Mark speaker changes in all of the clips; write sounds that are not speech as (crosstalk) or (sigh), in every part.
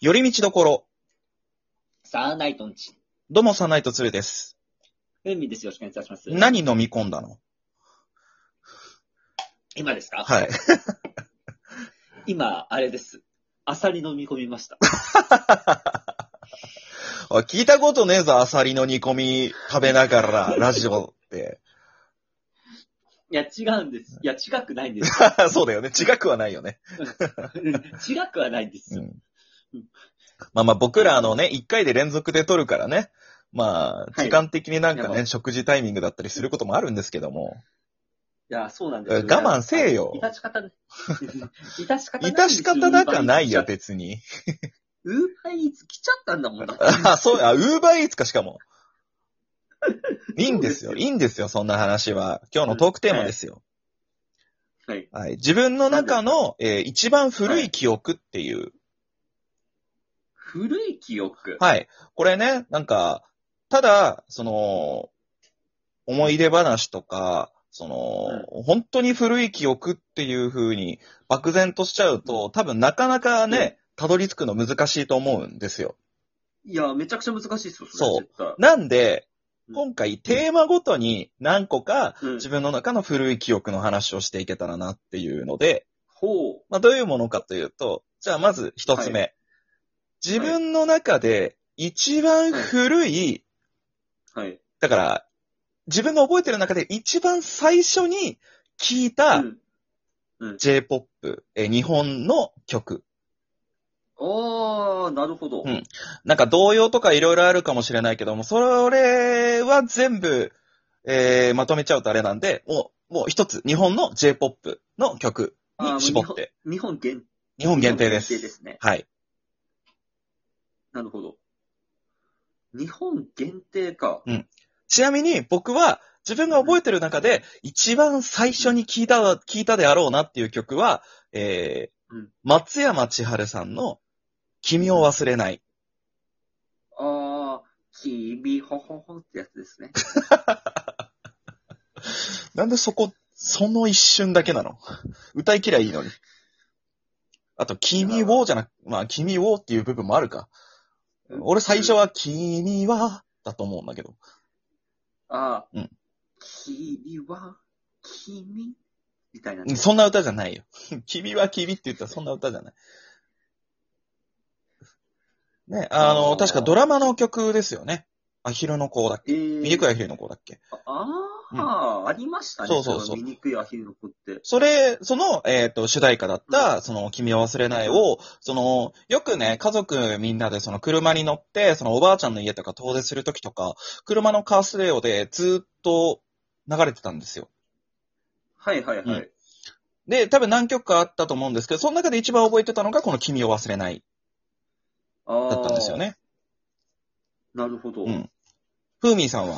Speaker 1: 寄り道どころ、
Speaker 2: サーナイトンチ。
Speaker 1: どうもさないとつるです。
Speaker 2: ふんみです。よろしくお願いいたします。
Speaker 1: 何飲み込んだの
Speaker 2: 今ですか
Speaker 1: はい。 (laughs)
Speaker 2: 今、あれです。アサリ飲み込みました。
Speaker 1: おい聞いたことねえぞ、アサリの煮込み食べながら、ラジオって。 (laughs)
Speaker 2: いや、違うんです。いや、違くないんです
Speaker 1: (laughs) そうだよね。違くはないよね。
Speaker 2: 違くはないんです
Speaker 1: う
Speaker 2: よ。
Speaker 1: ん。まあまあ僕らあのね、一回で連続で撮るからね。まあ、
Speaker 2: い
Speaker 1: 時間的になんか
Speaker 2: で
Speaker 1: ね、
Speaker 2: も
Speaker 1: 食事タイミングだったりすることもあるんですけども。
Speaker 2: いや、そうなんですよ。
Speaker 1: 我慢せえよ
Speaker 2: いたし
Speaker 1: (laughs)
Speaker 2: 方、いたし方ないんですよ。
Speaker 1: いたし方なんかないよ、
Speaker 2: ウーバーイーツ来ち
Speaker 1: 別
Speaker 2: ゃ
Speaker 1: に。
Speaker 2: ウーバーイーツ来ちゃったんだもんだって。
Speaker 1: あ、そう、あ、ウーバーイーツか、しかも。いいんですよ、いいんですよ、そんな話は。今日のトークテーマですよ。
Speaker 2: はい。
Speaker 1: はい。自分の中の、えー一番古い記憶っていう。
Speaker 2: 古い記憶。
Speaker 1: はい。これね、なんか、ただ、その、思い出話とか、その、本当に古い記憶っていう風に漠然としちゃうと、多分なかなかね、たどり着くの難しいと思うんですよ。
Speaker 2: いや、めちゃくちゃ難しいっすよ、
Speaker 1: そう
Speaker 2: う。絶対
Speaker 1: なんで、
Speaker 2: うん
Speaker 1: 今回テーマごとに何個か
Speaker 2: うん
Speaker 1: 自分の中の古い記憶の話をしていけたらなっていうので、
Speaker 2: ほう。
Speaker 1: まあどういうものかというと、じゃあまず一つ目。自分の中で一番古い、
Speaker 2: はい。
Speaker 1: だから、自分が覚えてる中で一番最初に聞いうた
Speaker 2: ん
Speaker 1: J-POP、えー日本の曲。
Speaker 2: あー、なるほど。
Speaker 1: うんなんか動揺とかいろいろあるかもしれないけども、それは全部、えー、まとめちゃうとあれなんで、もう、もう一つ、日本の J-POP の曲
Speaker 2: あー
Speaker 1: に絞って、
Speaker 2: 日本限定。
Speaker 1: 日本限定で。
Speaker 2: 日本限定ですすね。
Speaker 1: はい。
Speaker 2: なるほど。日本限定か。
Speaker 1: ちなみに僕は自分が覚えてる中で、一番最初に聞いた、聞いたであろうなっていう曲は、えー
Speaker 2: うん
Speaker 1: 松山千春さんの君を忘れない。
Speaker 2: あー、君ほほほってやつですね。
Speaker 1: なんでそこ、その一瞬だけなの (laughs) 歌いきりゃいいのに。あと、君をじゃなく、まあ、君をっていう部分もあるか。 (laughs) 俺最初
Speaker 2: は。
Speaker 1: は、君は、だと思うんだけど。
Speaker 2: あー、
Speaker 1: うん
Speaker 2: 君は、君みたいな。
Speaker 1: そんな歌じゃないよ。 (laughs) 君は君って言ったらそんな歌じゃない。ね、あ
Speaker 2: あ
Speaker 1: の、
Speaker 2: ー
Speaker 1: 確かドラマの曲ですよね。アヒルの子だっけ。
Speaker 2: えー、
Speaker 1: ミニクアヒルの子だっけ。
Speaker 2: ああ、ありましたね。
Speaker 1: そうそうそう
Speaker 2: の醜いアヒルの子って。
Speaker 1: それ、その、えっ、と、主題歌だった、その、君を忘れないを、その、よくね、家族みんなでその車に乗って、そのおばあちゃんの家とか遠出するときとか、車のカースレオでずーっと流れてたんですよ。
Speaker 2: はいはいはい。
Speaker 1: うんで、多分何曲かあったと思うんですけど、その中で一番覚えてたのがこの君を忘れない
Speaker 2: ああ。
Speaker 1: だったんですよ。ね。
Speaker 2: なるほど。
Speaker 1: うん。ふうみんさんは、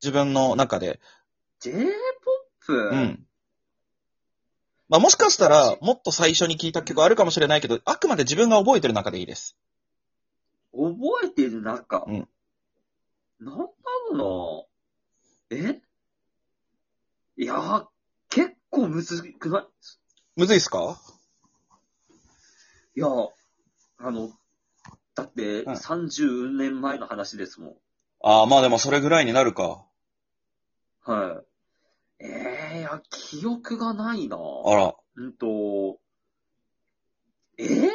Speaker 1: 自分の中で、
Speaker 2: J-POP?
Speaker 1: うん。まあ、もしかしたら、もっと最初に聞いた曲あるかもしれないけど、あくまで自分が覚えてる中でいいです。
Speaker 2: 覚えてる中。
Speaker 1: うん
Speaker 2: なんだろうなえいやー、結構むずくな
Speaker 1: むずいっすか
Speaker 2: いいやー、あの、だって、
Speaker 1: うん
Speaker 2: 30年前の話ですもん。
Speaker 1: ああ、まあでもそれぐらいになるか。
Speaker 2: はい。えー、いや、記憶がないな
Speaker 1: あら。 (laughs)
Speaker 2: うんと、えー、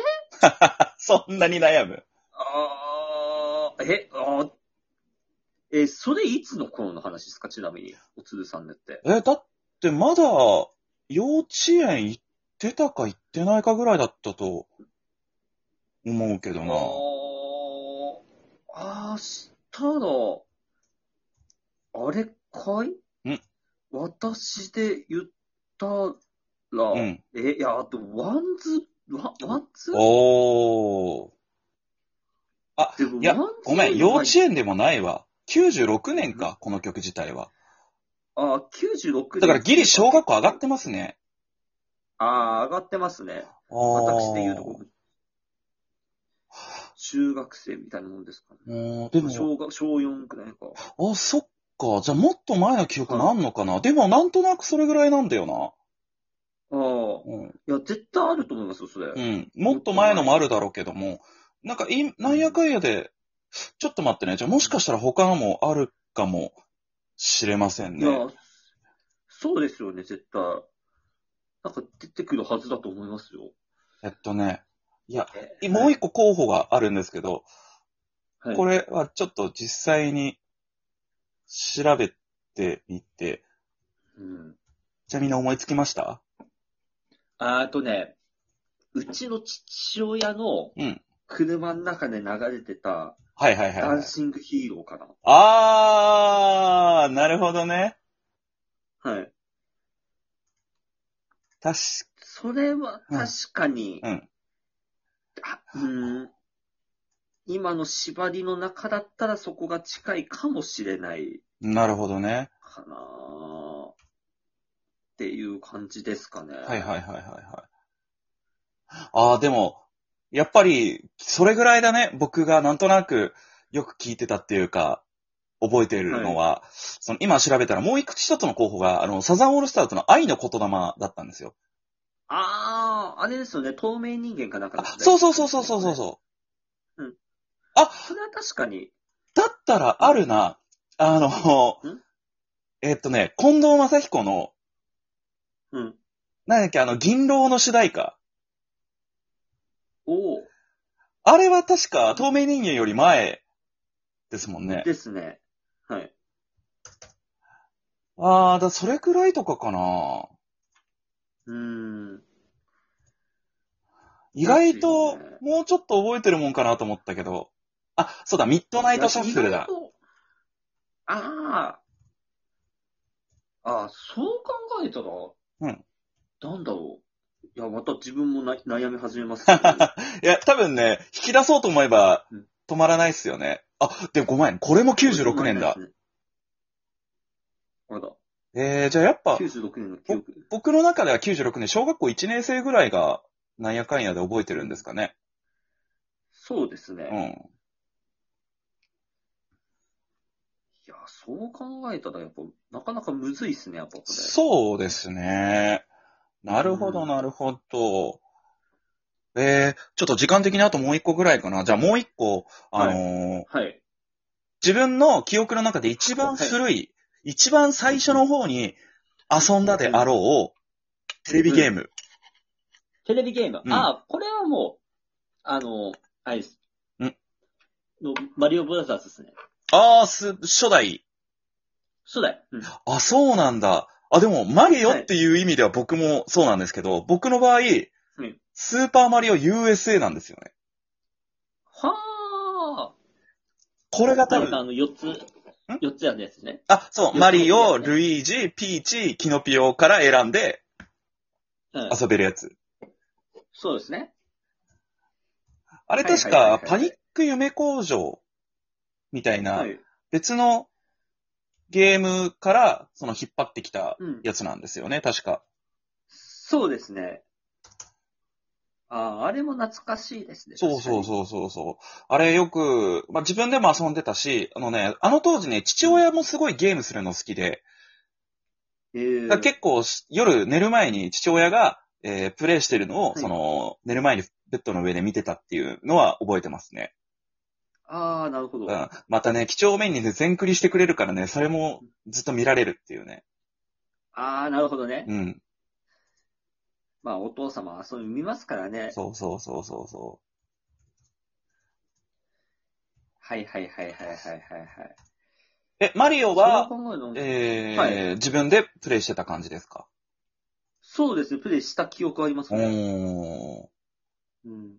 Speaker 1: そんなに悩む。
Speaker 2: あー、え、あー、えー、それいつの頃の話ですかちなみに、おつるさんのって。
Speaker 1: え、だってまだ、幼稚園行ってたか行ってないかぐらいだったと、思うけどな。
Speaker 2: あーあー、したら、あれかい
Speaker 1: ん
Speaker 2: 私で言ったら、
Speaker 1: うん。
Speaker 2: え、いや、あと、ワンズ、ワワンズ
Speaker 1: おー。
Speaker 2: でも
Speaker 1: いや
Speaker 2: ワンズ
Speaker 1: ごめん、幼稚
Speaker 2: 園。
Speaker 1: 園でもないわ。96年か、この曲自体は。
Speaker 2: あー、96年。
Speaker 1: だからギリ小学校上がってますね。
Speaker 2: ああ、上がってますね。
Speaker 1: あ
Speaker 2: 私で言うと
Speaker 1: ー
Speaker 2: こ、中学生みたいなもんですかね。
Speaker 1: もうでも、
Speaker 2: 小学、小4くらいか。
Speaker 1: あ、そっか。じゃあもっと前の記憶なんのかな。でもなんとなくそれぐらいなんだよな。
Speaker 2: ああ、
Speaker 1: うん。
Speaker 2: いや、絶対あると思いますよ、それ。
Speaker 1: うん。もっと前のもあるだろうけども、なんかい、なんやかんやで、ちょっと待ってね。じゃあもしかしたら他のもあるかもしれません
Speaker 2: いや
Speaker 1: ね。、
Speaker 2: そうですよね、絶対。なんか出てくるはずだと思いますよ。
Speaker 1: えっとね。いや、
Speaker 2: え
Speaker 1: もう一個候補があるんですけど、
Speaker 2: はい
Speaker 1: これはちょっと実際に調べてみて、
Speaker 2: うん。
Speaker 1: じゃあみんな思いつきました
Speaker 2: あとね、うちの父親の
Speaker 1: うん
Speaker 2: 車の中で流れてた
Speaker 1: はいはいはい
Speaker 2: ダ
Speaker 1: は
Speaker 2: ン
Speaker 1: い。
Speaker 2: シングヒーローかな。
Speaker 1: あー、なるほどね。
Speaker 2: はい。
Speaker 1: 確
Speaker 2: それは確かに、
Speaker 1: うん
Speaker 2: あうん今の縛りの中だったらそこが近いかもしれない
Speaker 1: なるほどね。
Speaker 2: かなっていう感じですかね。
Speaker 1: はいはいはいはいはい。ああ、でも、やっぱり、それぐらいだね。僕がなんとなくよく聞いてたっていうか、覚えてるのは、その今調べたらもういくつ一つの候補が、あの、サザンオールスターズの愛の言霊だったんですよ。
Speaker 2: ああ、あれですよね、透明人間かなんか
Speaker 1: あ
Speaker 2: ですね、
Speaker 1: そうそうそうそうそうそうそう。
Speaker 2: うん
Speaker 1: あ、
Speaker 2: それは確かに、
Speaker 1: だったらあるな。あの
Speaker 2: ん、
Speaker 1: えっとね、近藤正彦の、
Speaker 2: うん。
Speaker 1: なんだっけ、あの、銀狼の主題歌。
Speaker 2: おー
Speaker 1: あれは確か、透明人間より前ですもんね。
Speaker 2: ですね。はい。
Speaker 1: ああ、だ、それくらいとかかな。
Speaker 2: うーん。
Speaker 1: 意外と
Speaker 2: ですよ、
Speaker 1: もうちょっと覚えてるもんかなと思ったけど。あ、そうだ、ミッドナイトシャッフルだ
Speaker 2: 意外。と。ああ。ああ、そう考えたら、
Speaker 1: うん。
Speaker 2: なんだろう。いや、また自分もな悩み始めますけ
Speaker 1: (laughs)
Speaker 2: ど。
Speaker 1: いや、多分ね、引き出そうと思えば
Speaker 2: うん、
Speaker 1: 止まらないっすよね。あ、でもごめん、これも96年だ。。
Speaker 2: まだ、
Speaker 1: えー、じゃあやっぱ、
Speaker 2: 96年の記憶。
Speaker 1: 僕の中では96年、小学校1年生ぐらいが、なんやかんやで覚えてるんですかね。
Speaker 2: そうですね。
Speaker 1: う
Speaker 2: い
Speaker 1: ん。
Speaker 2: や、そう考えたら、やっぱ、なかなかむずいっすね、やっぱこれ。
Speaker 1: そうですね。なるほ
Speaker 2: う
Speaker 1: ど、
Speaker 2: ん
Speaker 1: なるほど。えー、ちょっと時間的にあともう一個ぐらいかな。じゃあもう一個、あのー
Speaker 2: はい。
Speaker 1: 自分の記憶の中で一番古い、一番最初の方に遊んだであろう、テレビゲーム。
Speaker 2: テレビゲーム。
Speaker 1: うん
Speaker 2: ああ、これはもう、あの、あれです。
Speaker 1: うん
Speaker 2: の、マリオブラザーズですね。
Speaker 1: ああ、す、初代。
Speaker 2: 初代。うん。
Speaker 1: あ、そうなんだ。あ、でも、マリオっていう意味では僕もそうなんですけど、僕の場合、スーパーマリオ USA なんですよね。
Speaker 2: はあ。
Speaker 1: これが多
Speaker 2: 誰か
Speaker 1: 分、
Speaker 2: あの、4つ、4つやるやつね。
Speaker 1: あ、そう、マリオ、ルイージ、ピーチ、キノピオから選んで
Speaker 2: うん。
Speaker 1: 遊べるやつ。
Speaker 2: そうですね。
Speaker 1: あれ確
Speaker 2: はいはい
Speaker 1: か
Speaker 2: はい、はい
Speaker 1: パニック夢工場みたいな
Speaker 2: はい。
Speaker 1: 別のゲームからその引っ張ってきた
Speaker 2: うん。
Speaker 1: やつなんですよね、確か。
Speaker 2: そうですね。ああ、あれも懐かしいですね。
Speaker 1: そうそう
Speaker 2: う。
Speaker 1: そうそうそう。あれよく、まあ、自分でも遊んでたし、あのね、あの当時ね、父親もすごいゲームするの好きで、
Speaker 2: え
Speaker 1: だ
Speaker 2: ー、
Speaker 1: から結構し夜寝る前に父親が、えープレイしてるのを、
Speaker 2: はい
Speaker 1: その、寝る前にベッドの上で見てたっていうのは覚えてますね。
Speaker 2: ああ、なるほど。
Speaker 1: うん。またね、貴重面にね、全クリしてくれるからね、それもずっと見られるっていうね。
Speaker 2: ああ、なるほどね。
Speaker 1: うん。
Speaker 2: まあ、お父様は遊び見ますからね。
Speaker 1: そうそうそうそうそう。
Speaker 2: はいはいはいはいはいはいはい。
Speaker 1: え、マリオ
Speaker 2: そう
Speaker 1: は、
Speaker 2: 考えるの
Speaker 1: えー
Speaker 2: はい
Speaker 1: 自分でプレイしてた感じですか
Speaker 2: そうですね、プレイした記憶あります
Speaker 1: お
Speaker 2: ね。
Speaker 1: ー。
Speaker 2: うん。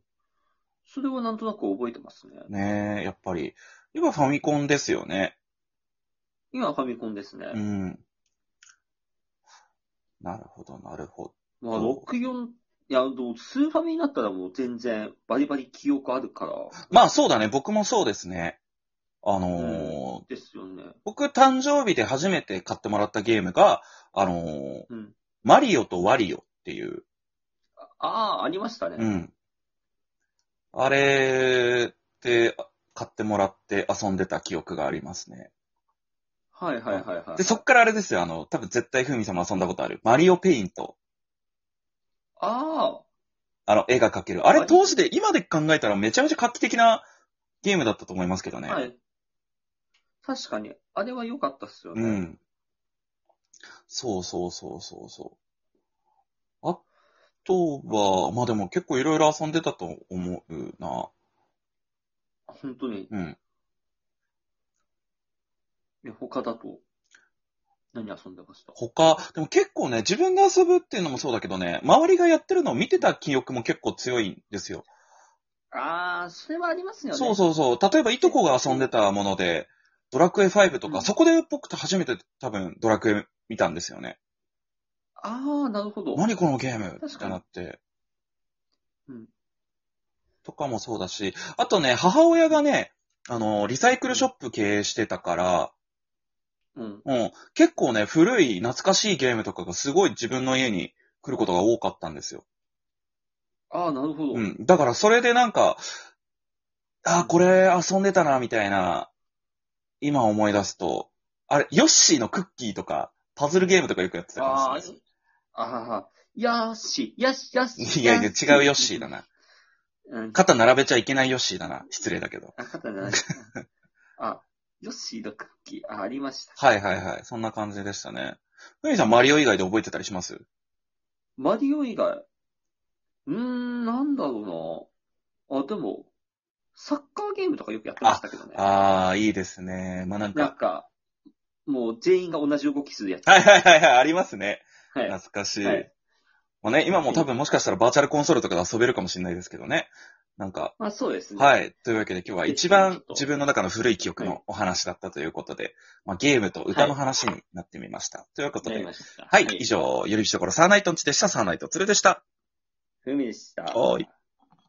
Speaker 2: それはなんとなく覚えてますね。
Speaker 1: ねえ、やっぱり。今ファミコンですよね。
Speaker 2: 今はファミコンですね。
Speaker 1: うん。なるほど、なるほど。
Speaker 2: まあ、64、いや、でも、スーファミになったらもう全然、バリバリ記憶あ
Speaker 1: (laughs)
Speaker 2: るから、
Speaker 1: まあそうだね、僕もそうですね。あのー
Speaker 2: ですよね。
Speaker 1: 僕誕生日で初めて買ってもらったゲームが、あのー
Speaker 2: うん。
Speaker 1: マリオとワリオっていう。
Speaker 2: ああ、ありましたね。
Speaker 1: うん。あれって買ってもらって遊んでた記憶がありますね。
Speaker 2: はいはいはいはい。
Speaker 1: で、そっからあれですよ、あの、多分絶対ふみさんも遊んだことある。マリオペイント。
Speaker 2: ああ、
Speaker 1: あの、絵が描ける。あれ
Speaker 2: はい
Speaker 1: 当時で、今で考えたらめちゃめちゃ画期的なゲームだったと思いますけどね。
Speaker 2: はい。確かに、あれは良かったっすよね。
Speaker 1: うん。そうそうそうそうそう。あとは、まあでも結構いろいろ遊んでたと思うな。
Speaker 2: 本当に。
Speaker 1: うん。
Speaker 2: え他だと、何遊んでました
Speaker 1: 他、でも結構ね、自分で遊ぶっていうのもそうだけどね、周りがやってるのを見てた記憶も結構強いんですよ。
Speaker 2: あー、それはありますよね。
Speaker 1: そうそうそう。例えば、いとこが遊んでたもので、ドラクエ5とか、
Speaker 2: うん
Speaker 1: そこで僕初めて多分ドラクエ見たんですよね。
Speaker 2: あー、なるほど。
Speaker 1: 何このゲーム
Speaker 2: 確かに
Speaker 1: ってなって。
Speaker 2: うん
Speaker 1: とかもそうだし、あとね、母親がね、あの、リサイクルショップ経営してたから、
Speaker 2: うん。
Speaker 1: うん、結構ね、古い懐かしいゲームとかがすごい自分の家に来ることが多かったんですよ。
Speaker 2: あー、なるほど。
Speaker 1: うん。だからそれでなんか、あー、これ遊んでたな、みたいな、今思い出すと、あれ、ヨッシーのクッキーとか、パズルゲームとかよくやってたか
Speaker 2: あ
Speaker 1: も
Speaker 2: ー
Speaker 1: しれない、
Speaker 2: あー、やーし、やし、や
Speaker 1: で
Speaker 2: し。
Speaker 1: す。いやいや、違うヨッシーだな。
Speaker 2: うん。
Speaker 1: 肩並べちゃいけないヨッシーだな。失礼だけど。
Speaker 2: あ、肩じゃない。あ、ヨッシーのクッキー、あ、ありました。
Speaker 1: はいはいはい。そんな感じでしたね。ふみさん、マリオ以外で覚えてたりします
Speaker 2: マリオ以外。うーん、なんだろうな。あ、でも、サッカーゲームとかよくやってましたけどね。
Speaker 1: あー、いいですね。まあなん
Speaker 2: なん
Speaker 1: か、
Speaker 2: か、もう全員が同じ動きするやつ。
Speaker 1: はいはいはいはい、ありますね。
Speaker 2: はい。
Speaker 1: 懐かしい。
Speaker 2: はい
Speaker 1: まあね、今も多分もしかしたらバーチャルコンソールとかで遊べるかもしれないですけどね。なんか、
Speaker 2: まあそうですね。
Speaker 1: はい。というわけで今日は一番
Speaker 2: ちょっと
Speaker 1: 自分の中の古い記憶のお話だったということで、まあ、ゲームと歌の話になってみました。ということ
Speaker 2: やり
Speaker 1: で、
Speaker 2: ました。
Speaker 1: はい。以。上、よりびしところサーナイトンチでした。サーナイトツルでした。
Speaker 2: ふみでした。
Speaker 1: はーい。